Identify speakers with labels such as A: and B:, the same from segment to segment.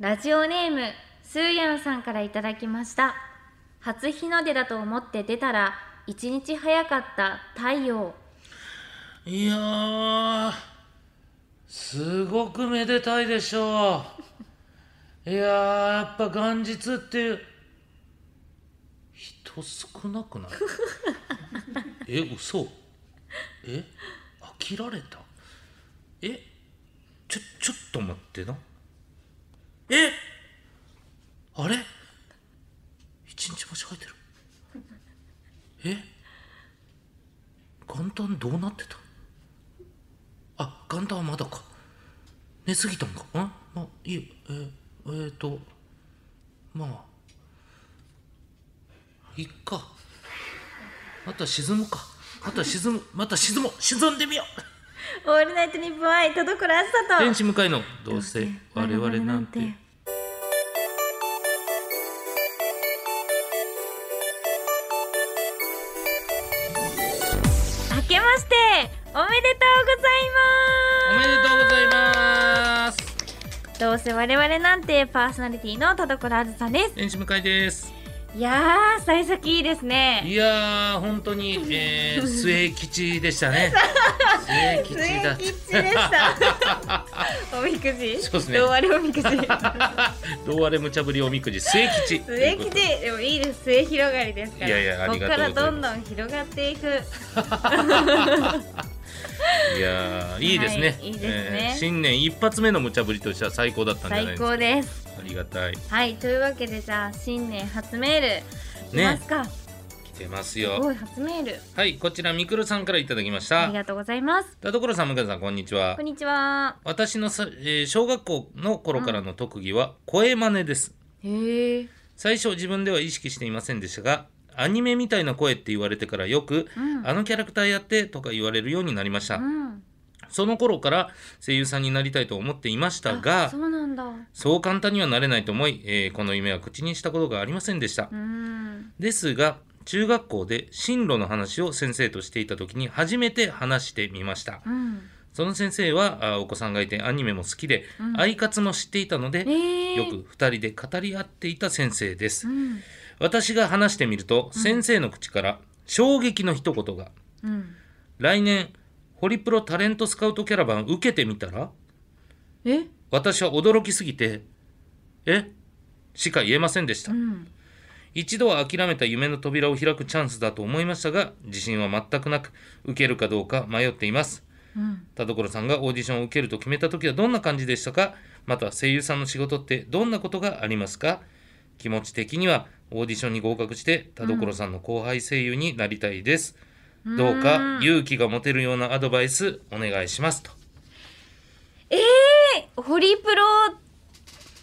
A: ラジオネームスーヤンさんからいただきました初日の出だと思って出たら一日早かった太陽
B: いやーすごくめでたいでしょういやーやっぱ元日って人少なくないえ嘘え飽きられたえちょちょっと待ってなえあれ一日間違えてるえ元旦どうなってたあ元旦はまだか寝すぎたんかんまあいいよえー、えー、とまあいっかまた沈むかまた沈むまた沈もう沈んでみよう
A: オールナイトニッポン愛田所あずさ
B: 天使向かいのどうせ我々なんて
A: 明けましておめでとうござい
B: おめでとうございます
A: ますどうせ我々なんてパーソナリティの田所あずさです
B: 天使向かいです
A: いやー幸先いいですね
B: いやー本当に、 えー、末吉でした ね末吉だ っ
A: 末
B: た
A: 吉でした おみくじ
B: そうですね
A: どうあれお みくじ
B: どうあれ無茶ぶりおみくじ末吉とい
A: 末
B: うこと
A: 吉
B: で
A: でもいいです末広がりですから
B: いやいやありがとうございま
A: こ
B: す
A: こからどんどん広がっていく
B: いやーいいですね、
A: はいいいですね
B: えー新年一発目の無茶ぶりとしては最高だったんじゃない
A: 最
B: ですか
A: 高です
B: ありがたい
A: はいというわけでじゃあ新年初メールいきますか、
B: 来てます
A: す
B: よ
A: ごい初メール
B: はいこちらみくるさんからいただきまし
A: あ
B: た
A: りがとうございます
B: 田所さん向井さんこんにちは
A: こんにちは
B: 私のさ、えー小学校の頃からの特技は声真似です、
A: へえ
B: 最初自分では意識していませんでしたがアニメみたいな声って言われてからよく、
A: うん
B: あのキャラクターやってとか言われるようになりました、
A: うん
B: その頃から声優さんになりたいと思っていました
A: あ
B: が
A: そうなんだ
B: そう簡単にはなれないと思い、えーこの夢は口にしたことがありませんでした、
A: うん
B: ですが中学校で進路の話を先生としていた時に初めて話してみました
A: うん
B: その先生はあお子さんがいてアニメも好きで、アイカツも知っていたので、
A: ええ
B: よく2人で語り合っていた先生です、
A: うん
B: 私が話してみると、先生の口から衝撃の一言が
A: うん
B: 「来年ホリプロタレントスカウトキャラバン受けてみたら?
A: え」
B: 私は驚きすぎて「えしか言えませんでした、
A: うん
B: 一度は諦めた夢の扉を開くチャンスだと思いましたが自信は全くなく受けるかどうか迷っています
A: うん
B: 田所さんがオーディションを受けると決めた時はどんな感じでしたかまた声優さんの仕事ってどんなことがありますか気持ち的にはオーディションに合格して田所さんの後輩声優になりたいです、どうか勇気が持てるようなアドバイスお願いしますと
A: ええホリプロ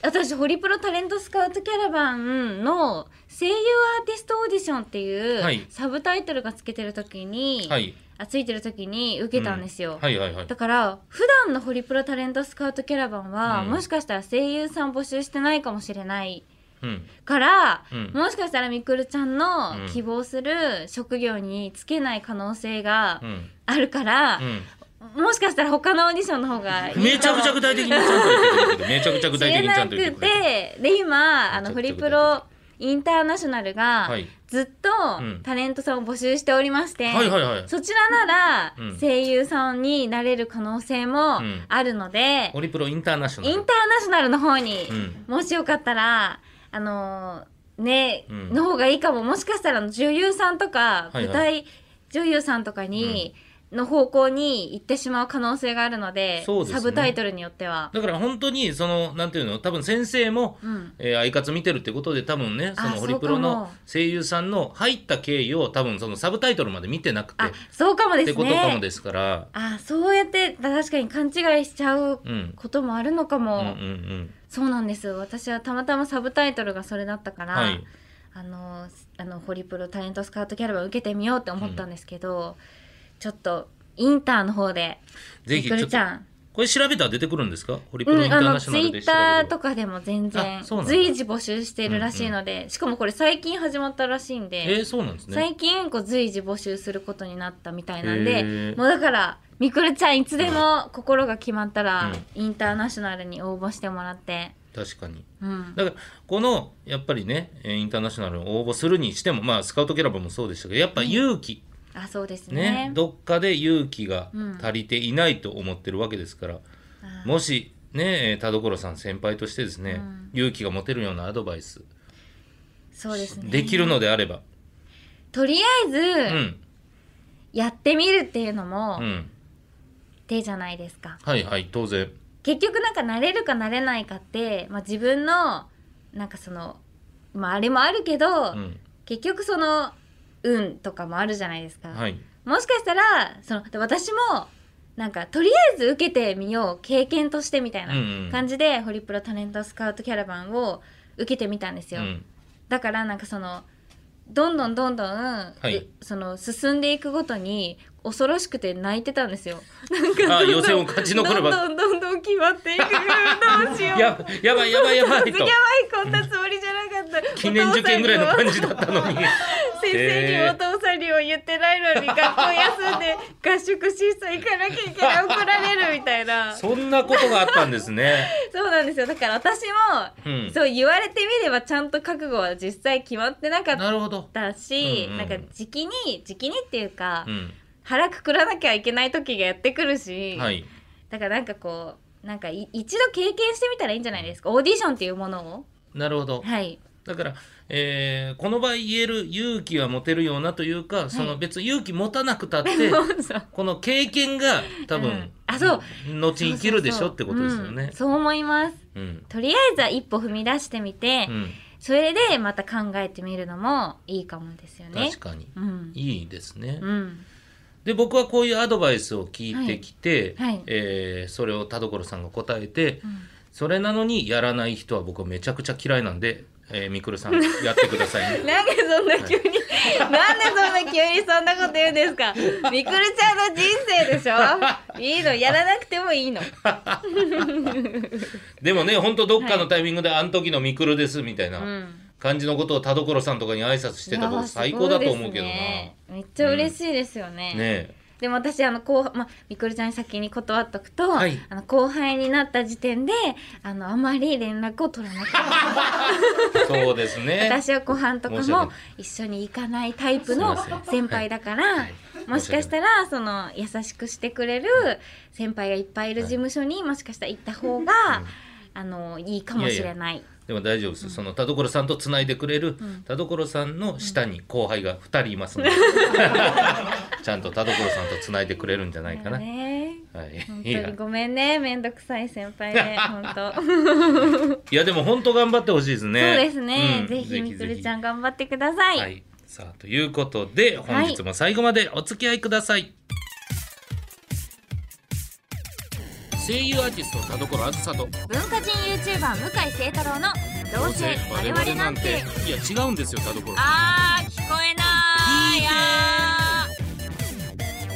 A: 私ホリプロタレントスカウトキャラバンの声優アーティストオーディションっていう、
B: はい
A: サブタイトルがつけてる時に、
B: はい
A: あついてる時に受けたんですよ、
B: うはいはいはい
A: だから普段のホリプロタレントスカウトキャラバンは、
B: うん
A: もしかしたら声優さん募集してないかもしれない
B: うん
A: から、
B: うん
A: もしかしたらみくるちゃん
B: う
A: の
B: ん
A: 希望する職業につけない可能性が
B: うん
A: あるから
B: う、ん
A: もしかしたら他のオーディションの方がいいかも
B: めちゃくちゃ具体的にちゃんと言ってくれてるめちゃくちゃ具体的にちゃんと言ってくれてる
A: 知れなくてで今あの
B: めち
A: フリ
B: ゃくちゃ
A: プロインターナショナルが
B: はい
A: ずっと
B: うん
A: タレントさんを募集しておりまして、
B: はいはいはい
A: そちらな
B: う
A: ら
B: ん
A: 声優さんになれる可能性も
B: うん
A: あるので、
B: ホリプロインターナショナ
A: イン
B: ル
A: ターナショナルの方に、
B: うん
A: もしよかったらあのーね、
B: うん
A: の方がいいかももしかしたらあの女優さんとか、
B: はいはい
A: 舞台女優さんとかに、の方向に行ってしまう可能性があるので
B: そうですね
A: サブタイトルによっては。
B: だから本当にそのなんていうの多分先生も、
A: うん
B: えー、アイカツ見てるってことで多分ねそ
A: あ
B: のホリプロ
A: そうか
B: の
A: も
B: 声優さんの入った経緯を多分そのサブタイトルまで見てなくて
A: あそうかもで
B: って
A: す
B: ことかも
A: ね。
B: ですから、
A: あそうやって確かに勘違いしちゃう
B: うん、
A: こともあるのかも、
B: うんうんうん
A: そうなんです私はたまたまサブタイトルがそれだったから、
B: はい
A: あのあのホリプロタレントスカウトキャラバン受けてみようって思ったんですけど、ちょっとインターの方で
B: ぜ
A: み
B: ひち
A: く
B: ょっ
A: る
B: と
A: ちゃん
B: これ調べたら出てくるんですかホリプ
A: う
B: ロイン
A: ん、
B: タ
A: あ
B: ー
A: の
B: ナシ
A: ツ
B: ョナ
A: イ
B: ルで
A: ッ
B: 調べ
A: ター
B: る
A: とかでも全然
B: あそうなんだ
A: 随時募集してるらしいので、しかもこれ最近始まったらしいん
B: え
A: で、
B: ー、そうなんですね
A: 最近こう随時募集することになったみたいなんで
B: へー
A: もうだからみくるちゃんいつでも心が決まったら、インターナショナルに応募してもらって
B: 確かに
A: うん、
B: だからこのやっぱりねえーインターナショナルを応募するにしてもまあスカウトキャラバンもそうでしたけどやっぱ勇気、
A: あそうです
B: ね
A: ね
B: どっかで勇気が
A: うん
B: 足りていないと思ってるわけですから、
A: あー
B: もしねえー田所さん先輩としてですね、
A: うん
B: 勇気が持てるようなアドバイス
A: そうですね
B: できるのであれば、
A: とりあえず、
B: うん
A: やってみるっていうのも、
B: うん
A: 手じゃないですか
B: はいはい当然
A: 結局なんか慣れるか慣れないかって、まあ、自分のなんかそのまああれもあるけど、
B: うん
A: 結局その運とかもあるじゃないですか、
B: はい
A: もしかしたらそので私もなんかとりあえず受けてみよう経験としてみたいな
B: うんうん
A: 感じで、ホリプロタレントスカウトキャラバンを受けてみたんです
B: う
A: よ、
B: ん
A: だからなんかそのどんどんどんどん、
B: いう
A: その進んでいくごとに恐ろしくて泣いてたんですよなんか
B: あ
A: どんどん
B: 予選を勝ち残れば
A: どんどんどんどん決まっていくどうしよう
B: ややばいやばいや
A: や
B: ばい
A: ば
B: と
A: いこんなつもりじゃなかった
B: 記念受験ぐらいの感じだったの に
A: 先生に
B: へー
A: お父さんにも言ってないのに学校休んで合宿審査行かなきゃいけない怒られるみたいな そ
B: そんなことがあったんですね。
A: うなんですよだから私も、
B: うん
A: そう言われてみればちゃんと覚悟は実際決まってなかっ
B: なるほど。
A: たし、
B: うんうん
A: なんか時期に時期にっていうか、
B: うん、
A: 腹くくらなきゃいけない時がやってくるし、
B: はい。
A: だからなんかこうなんかい一度経験してみたらいいんじゃないですかオーディションっていうもの
B: なるほ
A: を
B: ど。
A: はい
B: だから、えーこの場合言える勇気は持てるようなというか、その別に勇気持たなく たって
A: そう
B: この経験が多分、
A: うんあそう
B: 後に生きるでしょってことですよね
A: うん。そう思います
B: うん。
A: とりあえずは一歩踏み出してみて、
B: うん。
A: それでまた考えてみるのもいいかもですよね
B: 確かに。
A: うん
B: いいですね。
A: うん
B: で僕はこういうアドバイスを聞いてきて、
A: はいはい
B: えーそれを田所さんが答えて、
A: ん
B: それなのにやらない人は僕はめちゃくちゃ嫌いなんで、えー、みくるさんやってください ね
A: なんでそんな急に、なんでそんな急にそんなこと言うんです かみくるちゃんの人生でしょいいのやらなくてもいいの
B: でもねほんとどっかのタイミングで「あん時のみくるです」みたいな
A: うん
B: 感じのことを田所さんとかに挨拶してた
A: いや
B: 僕
A: ー
B: 最高だと思うけどな
A: すごいです
B: ね
A: ねめっちゃ嬉しいですよね、
B: え
A: でも私あの後まあみくるちゃんに先に断っとくと、
B: はい
A: あの後輩になった時点であのあまり連絡を取らなかった
B: そうですね
A: 私はご飯とか
B: 申し訳
A: も
B: ない
A: 一緒に行かないタイプの
B: すいません
A: 先輩だから、
B: い
A: もしかしたらその優しくしてくれる先輩がいっぱいいる事務所にもしかしたら行った方が、あのいいかもしれない。
B: でも大丈夫です、その田所さんとつないでくれる田所さんの下に後輩が2人いますので、 ちゃんと田所さんとつないでくれるんじゃないかな、
A: ね
B: はい
A: 本、
B: い
A: 当
B: や
A: にごめんねめんどくさい先輩で 本当そう
B: いやでも本当頑張ってほしいですね
A: ですね、
B: うん
A: ぜひみくるちゃ
B: ぜ
A: ん頑張ってください、
B: ひはいさあということで本日も最後までお付き合いください、声優アーティスト田所あずさと
A: 文化人 YouTuber 向井聖太郎の「どうせ我々なんて
B: いや違うんですよ田所」
A: あー聞こえない
B: いいね
A: あー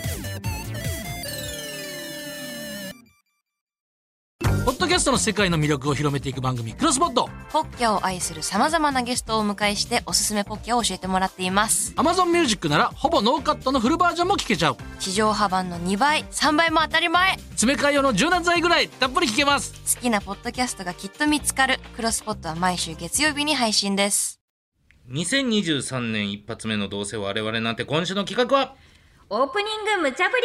C: ポッドキャストの世界の魅力を広めていく番組、クロスポッド。
D: ポッキャを愛する様々なゲストをお迎えしておすすめポッキャを教えてもらっています。
C: Amazon Music なら、ほぼノーカットのフルバージョンも聞けちゃう。
D: 地上波版の2倍、3倍も当たり前好
C: 詰め替え用の柔軟剤ぐらい、たっぷり聞けます。
D: きなポッドキャストがきっと見つかる。クロスポットは毎週月曜日に配信です。
B: 2023年一発目のどうせ我々なんて今週の企画は
A: オープニング無茶ぶり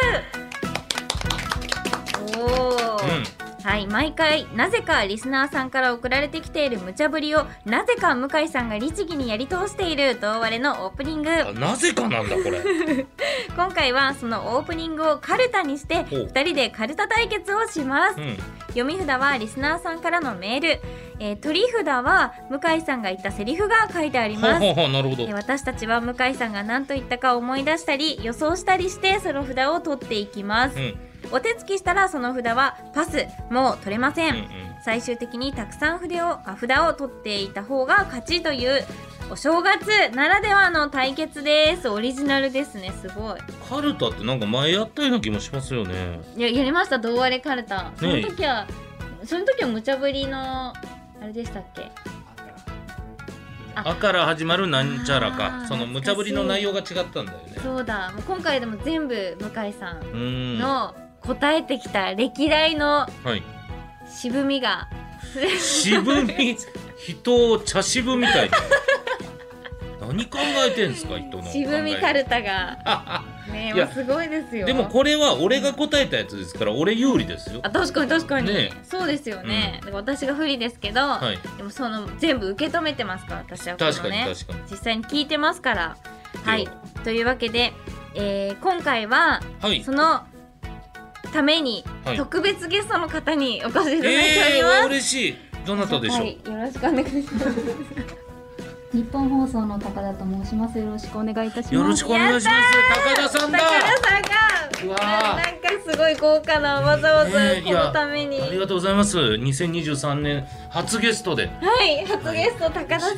A: カルタ対決おー、はい毎回なぜかリスナーさんから送られてきている無茶ぶりをなぜか向井さんが律儀にやり通している「どうわれ」のオープニング
B: あなぜかなんだこれ
A: 今回はそのオープニングをカルタにして
B: ほう
A: 2人でカルタ対決をします
B: うん
A: 読み札はリスナーさんからのメール、えー取り札は向井さんが言ったセリフが書いてあり
B: ほう
A: ます
B: ほうほうなるほど
A: えー私たちは向井さんが何と言ったか思い出したり予想したりしてその札を取っていきます、
B: うん
A: お手つきしたらその札はパスもう取れません、
B: うんうん
A: 最終的にたくさん筆をあ札を取っていた方が勝ちというお正月ならではの対決ですオリジナルですねすごい
B: カルタってなんか前やったような気もしますよね
A: ややりました「どうあれかるた」その時は、その時は無茶ぶりのあれでしたっけあ
B: あから始まるなんちゃら
A: あ
B: か
A: ー
B: その無茶ぶりの内容が違ったんだよね
A: そうだもう今回でも全部向井さん
B: うーん
A: の
B: は
A: 答えてきた歴代の
B: い
A: 渋み が
B: 渋み人を茶渋みたいに何考えてんですか人の考え
A: 渋みカルタが
B: あ
A: ね
B: いや
A: もうすごいです
B: あ
A: よ
B: でもこれは俺が答えたやつですから俺有利ですよ
A: あ確かに確かに、
B: ね
A: そうですよね、だから私が不利ですけど、
B: はい
A: でもその全部受け止めてますから私はこの
B: 確かに
A: ね
B: 確かに
A: 実際に聞いてますからはい
B: では
A: というわけで、えー今回は
B: はい
A: そのために
B: はい
A: 特別ゲストの方にお越しいただいてお
B: え
A: り
B: え
A: ます、
B: ー、嬉しいどなたでしょう、
A: はい、よろしくお願いします。
E: 日本放送の高田と申します。よろしくお願いいたします。
B: よろしくお願いします高田さん
A: 高
B: だ
A: 田さん
B: う
A: が
B: わ
A: な
B: ー
A: なんかすごい豪華なわざわざ
B: ねえい
A: こ
B: や
A: のために、
B: ありがとうございます2023年初ゲストで
A: はい、初ゲスト高田さん、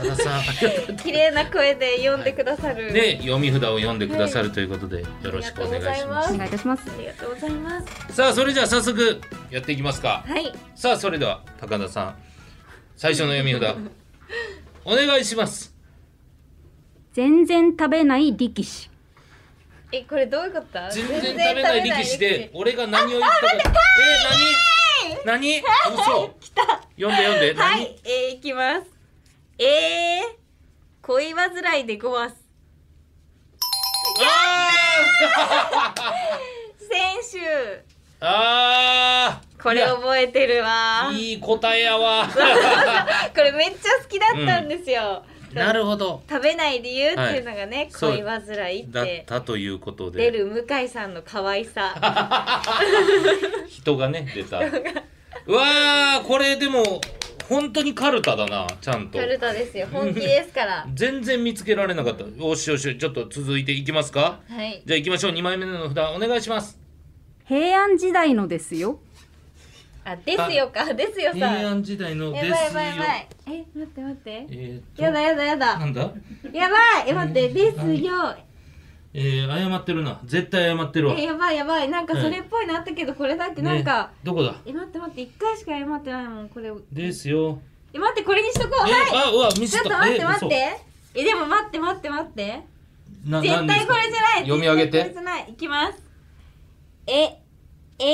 B: 高田さんありがとう
A: 綺麗な声で呼んでくださる。
B: で読み札を読んでくださるということで、よろしくお願いしま
A: あ
B: す
A: りがとうござ
E: お願いいたします。
A: ありがとうございます。
B: さあそれじゃあ早速やっていきますか
A: はい、
B: さあそれでは高田さん最初の読み札お願いします
E: 全然食べない力士。
A: え、これどういうこと？
B: 全然食べない力士で俺が何を言ったかえー、何何嘘来た読んで読
A: 全
B: んで、
A: 然食べない力士。はい、えー、いきます。えー、恋煩いでごわす。
B: 何
A: 先週
B: あーあー
A: これ覚えてるわ
B: いや。いい答えやわ
A: これめっちゃ好きだったんですよ。
B: なるほど
A: 食べない理由っていうのがね、
B: そう
A: 恋煩いっ
B: だってたということ
A: 出
B: で
A: る向井さんの可愛 さ
B: 人がね出たうわーこれでも本当にカルタだなちゃんと
A: カルタですよ本気ですから
B: 全然見つけられなかったおしおしちょっと続いていきますか
A: はい
B: じゃあ行きましょう2枚目の札お願いします
E: 平安時代のですよ。
A: あですよかですよさ
B: 平
A: や
B: 安時代の
A: ば
B: で
A: い
B: すよ
A: やばいやばいえ待って待って
B: えーと
A: やだやだやだ
B: なんだ
A: やばいえ待ってですよ
B: えー、謝ってるな絶対謝ってるわ
A: えやばいやばいなんかそれっぽいのあったけどこれだってなんか
B: ね、どこだ
A: え待って待って一回しか謝ってないもんこれ
B: ですよ
A: え待ってこれにしとこうはい
B: えあうわミス
A: ち
B: っ
A: ょったと待って待ってえでも待って待って待って
B: えな
A: 絶対これじゃない
B: 読み上げて
A: 絶対これじゃないいきますええ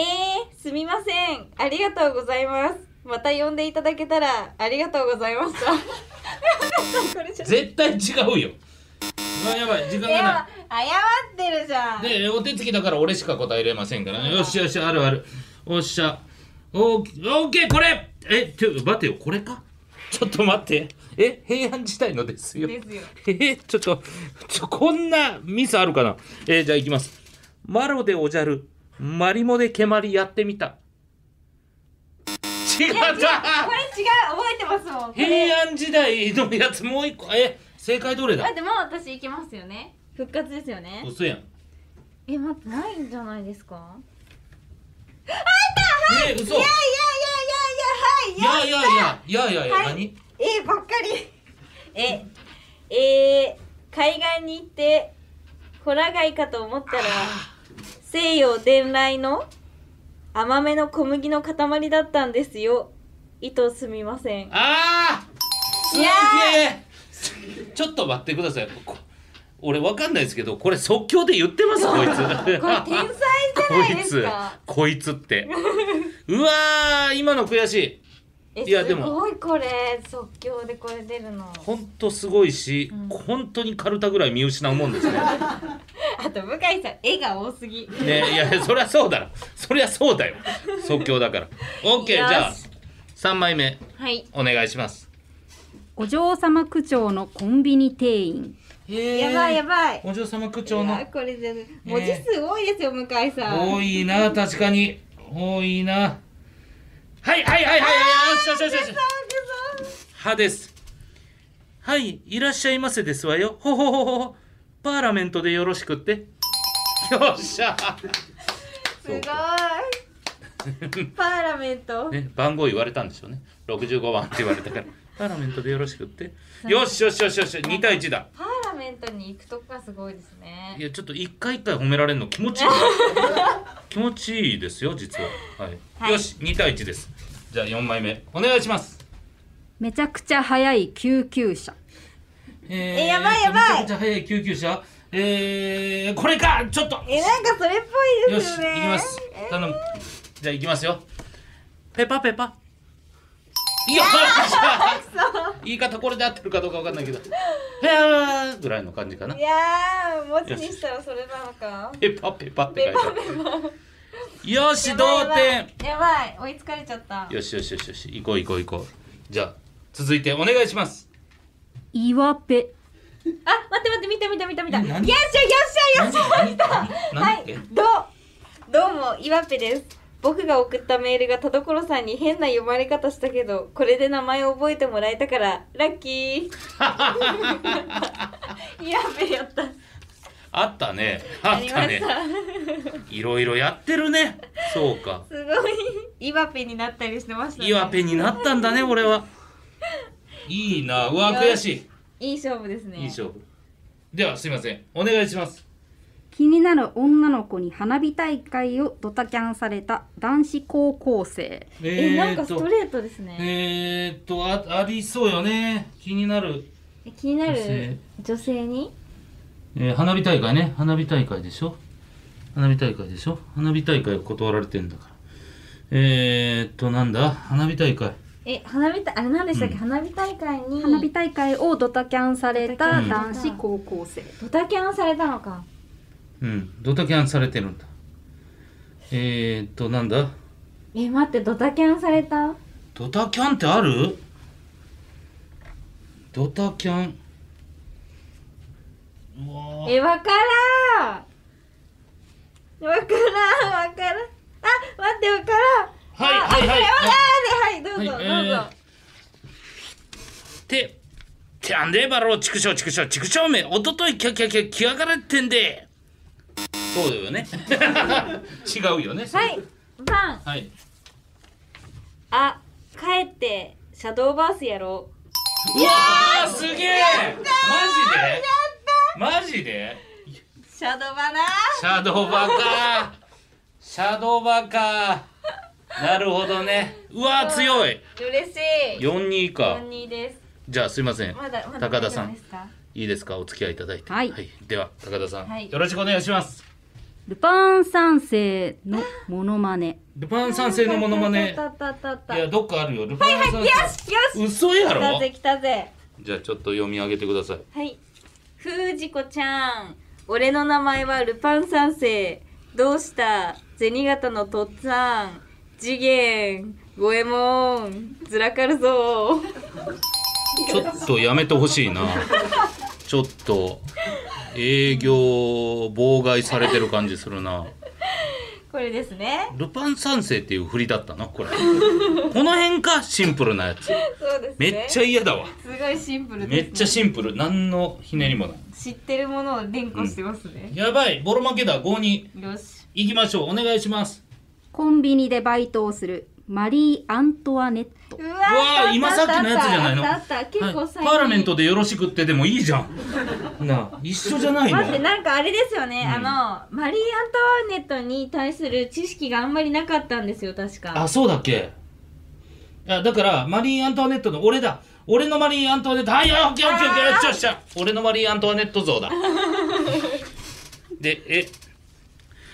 A: ー、すみませんありがとうございますまた呼んでいただけたらありがとうござい ましたこれじゃ
B: 絶対違うようわやばい時間がない
A: や謝ってるじゃん
B: でお手つきだから俺しか答えれませんからねよしよしあるあるおっしゃおーオーケーこれえちょ待てよこれかちょっと待ってえ平安時代のですよ
A: ですよ
B: えーちょっとちょこんなミスあるかなえーじゃあいきますマロでおじゃるマリモで蹴まりやってみた違っ
A: こ
B: た
A: れ違う覚えてますもんこれ
B: 平安時代のやつもう一個え正解どれだ
A: 待ってもう私行きますよね復活ですよね
B: 嘘やん
A: え待ってないんじゃないですか
B: えー嘘
A: い
B: いやいやいやいやいやいや
A: はい
B: 何
A: えばっかり ええー、海岸に行ってホラ貝かと思ったら西洋伝来の甘めの小麦の塊だったんですよ糸すみません
B: あーす
A: いや
B: げえちょっと待ってくださいこ俺わかんないですけどこれ即興で言ってますこいつ
A: これ天才じゃないですか
B: こいつこいつってうわー今の悔しい
A: え
B: いやですも
A: ごいこれ即興でこれ出るの
B: ほんとすごいし、本当にカルタぐらい見失うもんです ね
A: あと向井さん絵が多すぎ
B: ねいやそりゃそうだろそりゃそうだよ即興だから OK じ
A: よし
B: ゃあ3枚目
A: はい
B: お願いします
E: お嬢様区長のコンビニ店員。
A: やばいやばい
B: お嬢様区長
A: い
B: の
A: やこれで文字数多いですよ、向井さん
B: 多いな確かに多いなはいはいはいはいはいよしよしよしよし歯ですはいいらっしゃいませですわよほほほほほパーラメントでよろしくってよっしゃ
A: すごい。パーラメント。
B: ね番号言われたんでしょうね65番って言われたからパーラメントでよろしくってよしよしよしよし2対1だ
A: パーラメントに行くとこがすごいです
B: い
A: ね。
B: やちょっと一回一回褒められるの気持ちいい気持ちいいですよ実は、はい
A: はい
B: よし2対1ですじゃあ4枚目お願いします
E: めちゃくちゃ早い救急車。
B: え
A: えやばいやばい
B: めちゃくちゃ早い救急車えー、これかちょっと
A: え、なんかそれっぽい
B: よ
A: で
B: し
A: すよ
B: 行
A: ね。
B: きます頼むじゃあ行きますよペパペパよっしゃ言い方これで合ってるかどうかわかんないけどペーぐらいの感じかない
A: やー文字にしたらそれなのか
B: ペパペパって書いてあるよし同点
A: やばい追いつかれちゃった
B: よしよしよしよし行こう行こう行こうじゃあ続いてお願いします
E: 岩ペ
A: あ待って待って見た見た見た見たよっしゃよっ
B: 何
A: しゃよっしゃ見たは
B: 何
A: いどうどうも岩ペです僕が送ったメールが田所さんに変な読まれ方したけどこれで名前を覚えてもらえたからラッキー岩ペやった
B: あったねあ
A: あ
B: っ
A: りまし
B: たね
A: た
B: いろいろやってるねそうか
A: すごい岩ペになったりしてましたね
B: 岩ペになったんだね俺はいいなうわ悔しい
A: いい勝負ですね
B: いい勝負。ではすいません。お願いします。
E: 気になる女の子に花火大会をドタキャンされた男子高校生
A: えなん
B: ー
A: か
B: っ
A: スト
B: と
A: レートですね、
B: えーっとあありそうよね。気になる、
A: え気にな
B: 女性
A: る女性に
B: えー花火大会ね。花火大会でしょ。花火大会でしょ。花火大会断られてんだから。えーっとなんだ花火大会。
A: え花火大あれ何でしたっけ、
B: うん
A: 花火大会に
E: 花火大会をドタキャンされた男子高校生
A: ドタキャンされたのか
B: うん。ドタキャンされてるんだ。えーっとなんだ
A: え待ってドタキャンされた
B: ドタキャンってあるドタキャン。うわー
A: えわからんわからんわからんあ待ってわからん
B: はい
A: あ
B: はい
A: あこれわからん
B: はい
A: ねはいどうぞ、
B: はいえ
A: ど
B: ー
A: うぞ、
B: て、てあんでえばろう、畜生、畜生、畜生め、おととい、きゃきゃきゃ、きやがれってんで。そうよ ね。違うよね。
A: はいバン
B: はい。
A: あ帰ってシャドーバースやろう
B: うわあ、すげえ。マジで。マジで。
A: シャドバナ
B: シャドーバーか。シャドーバーか。なるほどね。うわー、強い。
A: 嬉しい
B: 四二か。
A: 4人です
B: じゃあ、すいません。
A: まだまだ
B: 高田さ
A: 大丈夫
B: ん
A: で。すか
B: いいですか、お付き合いいただいて。
E: はい
B: では、高田さん、
A: はい
B: よろしくお願いします。
E: ルパン三世のモノマネ
B: ルパン三世のモノマネ。
A: あったあったあったあった
B: いや、どっかあるよ。ルパン三世。
A: よしよし
B: 嘘
A: 来
B: や
A: た
B: ろ
A: ぜ来たぜ
B: じゃあちょっと読み上げてください。
A: はい藤子ちゃん俺の名前はルパン三世どうした銭形のとっつぁん次元五右衛門ずらかるぞ
B: ちょっとやめてほしい な。ちょっと営業妨害されてる感じするな。
A: これですね
B: ルパン三世っていう振りだったな、これ。この辺か、シンプルなやつ。
A: そうですね
B: めっちゃ嫌だわ。
A: すごいシンプルです、ね、
B: めっちゃシンプル。何のひねりもない。
A: 知ってるものを連呼してますね、
B: やばい、ボロ負けだ。5に
A: よし
B: 行きましょう。お願いします。
E: コンビニでバイトをするマリー・アントワネット
A: うわ
B: うわ
A: あ
B: ー、今さっきのやつじゃないの。
A: あったあったあった結構最近、
B: はいパーラメントでよろしくってでもいいじゃん。なあ、一緒じゃないの
A: 待ってなんかあれですよね、
B: うん
A: あのマリー・アントワネットに対する知識があんまりなかったんですよ確か
B: あ、そうだっけあだから、マリー・アントワネットの俺だ。俺のマリー・アントワネット。はい、はいオッケーオッケーオッケー。よっしゃよっしゃ。俺のマリー・アントワネット像だ。で、え、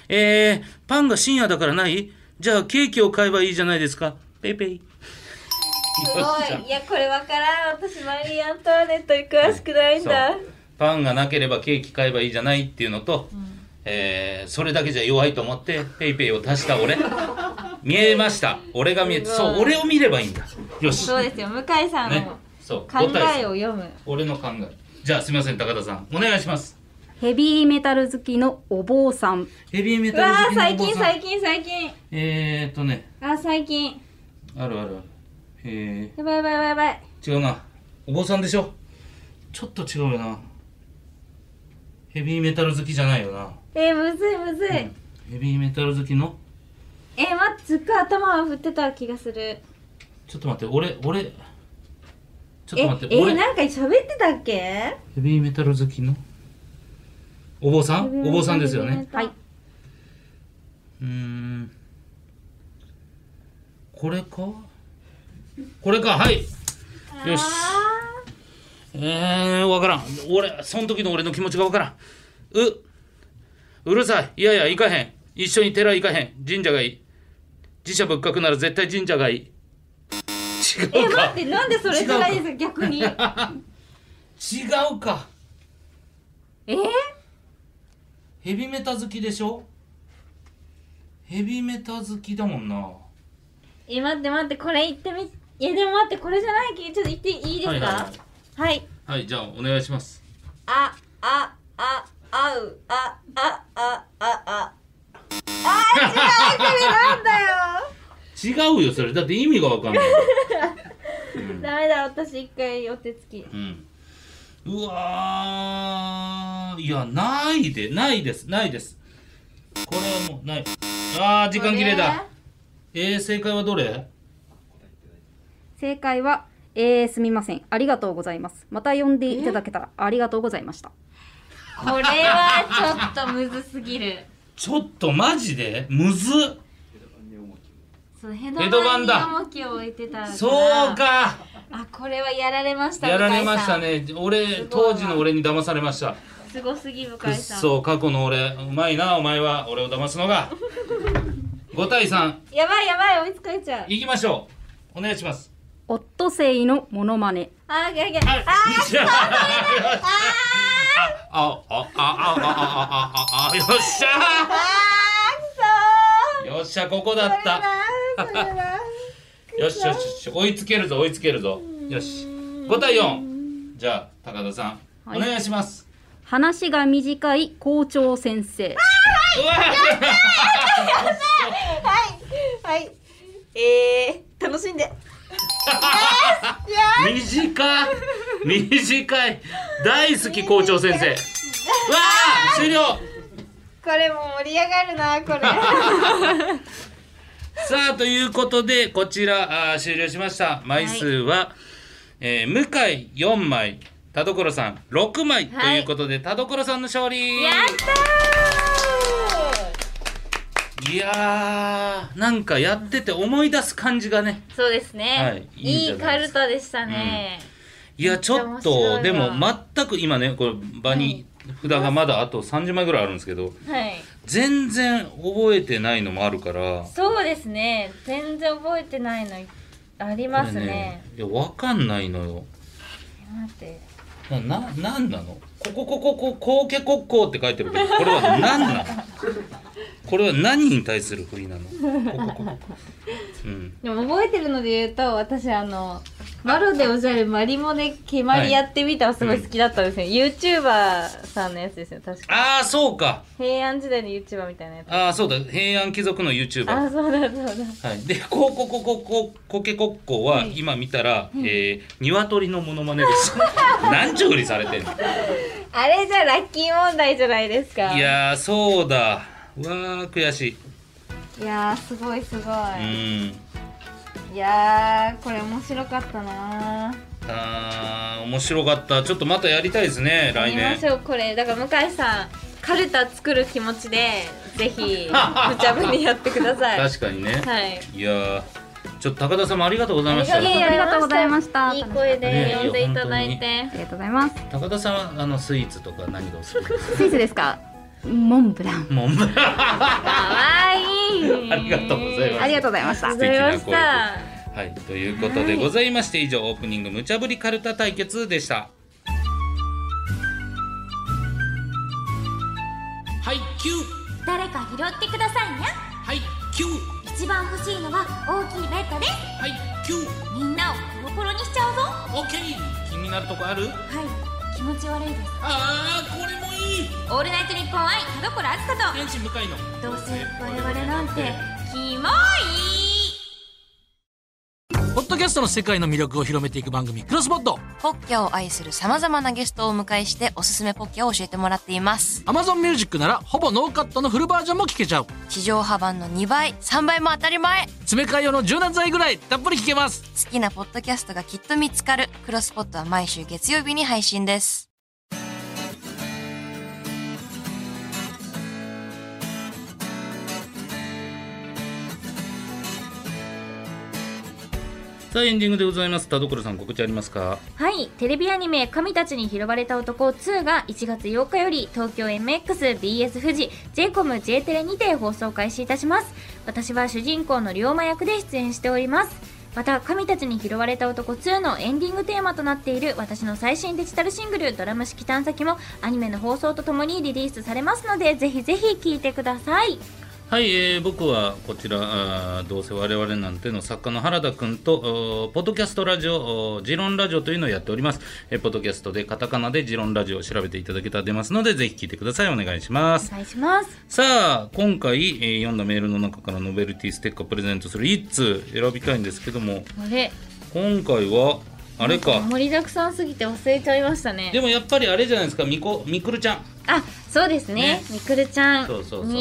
B: えー、パンが深夜だからないじゃあケーキを買えばいいじゃないですか。ペイペイ。よ
A: す
B: っしゃ
A: ごいいやこれわからん私マリー・アントワネットに詳しくないんだ
B: そうパンがなければケーキ買えばいいじゃないっていうのと、えーそれだけじゃ弱いと思ってペイペイを足した 俺見えました俺が見え
A: すごい
B: そう俺を見ればいいんだよし
A: そうですよ向井さん
B: ね
A: の
B: そう
A: 考えを読む、
B: 俺の考えじゃあすみません高田さんお願いします
E: ヘビーメタル好きのお坊さん
B: ヘビーメ
A: うわ
B: タ
A: ー
B: ル好きの
A: 最
B: お坊
A: 近
B: さん
A: 最近最近
B: えーっとね
A: あー最近
B: あるあるあるえ
A: やばいやばいやばいやばい
B: ー、違うなお坊さんでしょちょっと違うよなヘビーメタル好きじゃないよな
A: えー、むずいむずい、
B: ヘビーメタル好きの
A: えー、待ってすっごい頭を振ってた気がする
B: ちょっと待って、俺、俺、ちょっ
A: ええ
B: と待って、俺、
A: ー、なんか喋ってたっけ
B: ヘビーメタル好きのお坊さんお坊さんですよね。
E: はい。
B: うーん。これかこれか、はい。よし。えー、わからん。俺、その時の俺の気持ちがわからん。う、うるさい。いやいや、行かへん。一緒に寺行かへん。神社がいい。寺社仏閣なら絶対神社がいい違
E: え
B: う
E: 待
B: か
E: ってなんでそれ辛いんですか逆 に
B: 違うか
A: えー、
B: ヘビメタ好きでしょヘビメタ好きだもんな
A: え待って待ってこれ言ってみえでも待ってこれじゃないけちょっと言っていいですかはい、
B: はいじゃあお願いします
A: ああああうあああああ
B: 違うよそれだって意味がわかんない
A: ダメだ私一回お手つき
B: うんうわーいやないでないですないですこれはもうないあー時間切れだえー、正解はどれ
E: 正解はえー、すみませんありがとうございますまた呼んでいただけたらありがとうございました
A: これはちょっとむずすぎる
B: ちょっとマジでむずっ
A: そうヘ
B: ヘ
A: ド
B: ド
A: バ
B: バ
A: ン
B: ン
A: に
B: だ
A: 重きを置いてたから
B: そうか
A: あこれはやられました
B: やられました
A: 向井
B: ね俺当時の俺に騙されました
A: さんすごすぎ向
B: く
A: 井
B: っ
A: さん
B: そ過去の俺うまいなお前は俺を騙すのが5対3
A: やばいやばい追いつかれちゃう
B: いきましょうお願いします
E: オットセイのモノマネ
A: あーギャーギャー
B: あ
A: あ
B: ああああああああああよっしゃ
A: あ
B: よっしゃここだった
A: ーくそーこれだ
B: よしよしよし追いつけるぞ追いつけるぞよし5対4じゃあ高田さんお願いします
E: 話が短い校長先生
B: うわ
A: はいえー、楽しんで
B: 短い短い大好き校長 先生うわあ終了
A: これも盛り上がるなこれ
B: さあということでこちらあー終了しました枚数は、えー向井4枚田所さん6枚と
A: はい
B: いうことで、田所さんの勝 利
A: やったー
B: いやーなんかやってて思い出す感じがね
A: そうですね、
B: はい
A: いい
B: いいんじゃ
A: カ
B: ないで
A: ル
B: す
A: タでしたね、
B: いやちょっ
A: め
B: と
A: っちゃ面白い
B: でも
A: わ
B: 全く今ねこれ場に札がまだあと30枚ぐらいあるんですけど
A: はい
B: 全然覚えてないのもあるから
A: そうですね全然覚えてないのありますね
B: これねいやわかんないのよ
A: 待って
B: なななんなのここここここうけこっこうって書いてるけどこれは何 なのこれは何に対する振りなのここここうん
A: でも覚えてるので言うと私あのマロでおじゃるマリモで決まりやってみたはすごい好きだったんですね、YouTuber さんのやつですね確か
B: ああそうか
A: 平安時代の YouTuber みたいなやつ
B: ああそうだ平安貴族の
A: あ
B: YouTuber
A: そうだそうだ
B: はい、でこうこうこうこうこうこけこっこは今見たら、えー、鶏のモノマネです 何ちゅう振りされてんの
A: あれじゃラッキー問題じゃないですか
B: いやーそうだうわー悔しい
A: いやーすごいすごい、
B: うん
A: いやーこれ面白かったなー
B: あー面白かったちょっとまたやりたいですね来
A: 見ま
B: 年
A: しょうこれだから向井さんカルタ作る気持ちでぜひ 無茶ぶりやってください
B: 確かにね、
A: はい
B: いやーちょっと高田さんもありがとうございました
E: ありがとうあ
A: い
E: り
A: い
E: がとうござ
A: 声
E: いました
A: で呼んでいただいて
E: ありがとうございます
B: 高田さんはあのスイーツとか何がお好きです
E: スイーツですかモンブラン
B: かもう
A: かわいい
B: ありがとうございます
E: ありがとうございました
A: ありがとうございま
B: 素
A: し
B: 敵な
A: た
B: はいということでございまして以上オープニング無茶ぶりカルタ対決でした
C: はいキュー
F: 誰か拾ってくださいね
C: はいキュー
F: 一番欲しいのは大きいベッドです
C: はいキュー
F: みんなをコロコロにしちゃうぞは
C: オッケー
B: 気になるとこある
F: い気持ち悪いです
C: ああこれもいい
F: オールナイトニッポン愛田所あずか
C: 天使向かいの
F: とどうせ我々なんてキモい
C: ポッドキャストの世界の魅力を広めていく番組クロスポッド
D: ポッキャを愛する様々なゲストをお迎えしておすすめポッキャを教えてもらっています。
C: Amazon Music ならほぼノーカットのフルバージョンも聞けちゃう
D: 地上波版の2倍、3倍も当たり前好
C: 詰め替え用の柔軟剤ぐらいたっぷり聞けます
D: きなポッドキャストがきっと見つかる。クロスポットは毎週月曜日に配信です。
B: さあエンディングでございます田所さん告知ありますか
A: はいテレビアニメ「神たちに拾われた男2」が1月8日より東京 MXBS 富士 JCOMJ テレにて放送開始いたします私は主人公の龍馬役で出演しておりますまた「神たちに拾われた男2」のエンディングテーマとなっている私の最新デジタルシングル「ドラム式探査機」もアニメの放送とともにリリースされますのでぜひぜひ聴いてください
B: はい、えー僕はこちらあーどうせ我々なんての作家の原田くんとおーポッドキャストラジオおージロンラジオというのをやっております、えーポッドキャストでカタカナでジロンラジオを調べていただけたら出ますのでぜひ聞いてくださいお願いします
A: お願いします
B: さあ今回、えー読んだメールの中からノベルティステッカープレゼントする1通選びたいんですけども
A: あれ
B: 今回はあれか
A: 盛りだくさんすぎて忘れちゃいましたね
B: でもやっぱりあれじゃないですかみこみくるちゃん
A: あそうですね
B: ね
A: みくるちゃんに
B: そうそうそう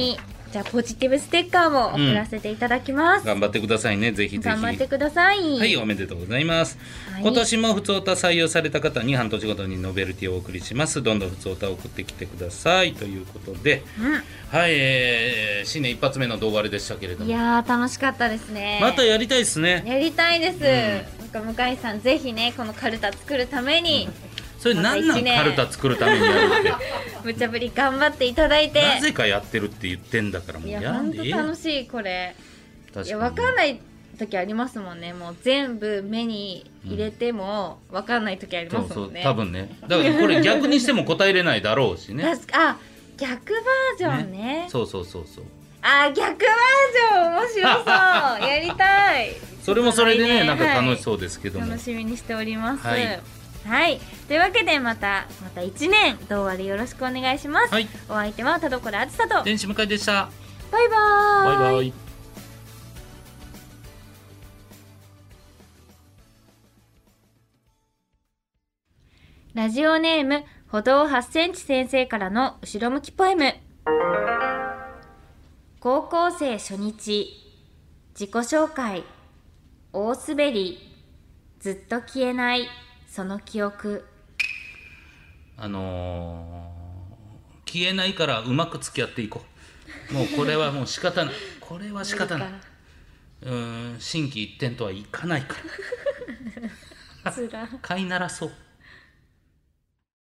A: じゃあポジティブステッカーも送らせていただきます、
B: 頑張ってくださいねぜひぜひ
A: 頑張ってください、
B: はい、おめでとうございます。
A: はい
B: 今年もふつおた採用された方に半年ごとにノベルティをお送りします。どんどんふつおたを送ってきてくださいということで、はい、えー新年一発目の動画あれでしたけれど
A: い
B: も、
A: やー楽しかったですね
B: またやりたいですね。
A: やりたいです、なんか向井さんぜひねこのカルタ作るために
B: それなん
A: ま
B: な
A: た
B: ん
A: 一年
B: カルタ作るためにやる って、
A: 無茶ぶり頑張っていただいて
B: なぜかやってるって言ってんだからもう
A: い
B: や
A: や
B: ら
A: ほ
B: ん
A: ん
B: で
A: と
B: ええ。
A: 楽しいこれ
B: 確
A: いやわかん
B: い。
A: ない時ありますもんねもう全部目に入れてもわかんない時あり
B: そ
A: ま
B: う
A: す
B: そ
A: も
B: うん
A: ね、
B: 多分ね。だからこれ逆にしても答えれないだ ろうしね。
A: 確かあ逆バージョンね
B: そうそうそうそう。
A: あ逆バージョン面白 そうやりたい
B: それもそれでね、
A: いい
B: なんか楽し
A: う、
B: そうですけど
A: はい
B: も。
A: 楽しみにしておりますは
B: はいい、
A: というわけでまたまた1年動画でよろしくお願いします、
B: はい
A: お相手は田所あずさとバイ
B: 電子向かいでした。
A: バー
B: バイバイ。
A: ラジオネーム歩道8センチ先生からの後ろ向きポエム高校生初日自己紹介大滑りずっと消えないその記憶
B: あのー消えないからうまく付き合っていこうもうこれはもう仕 方ないこれは仕方ないいうーん心機一転とはいかないから
A: つら
B: 飼いならそう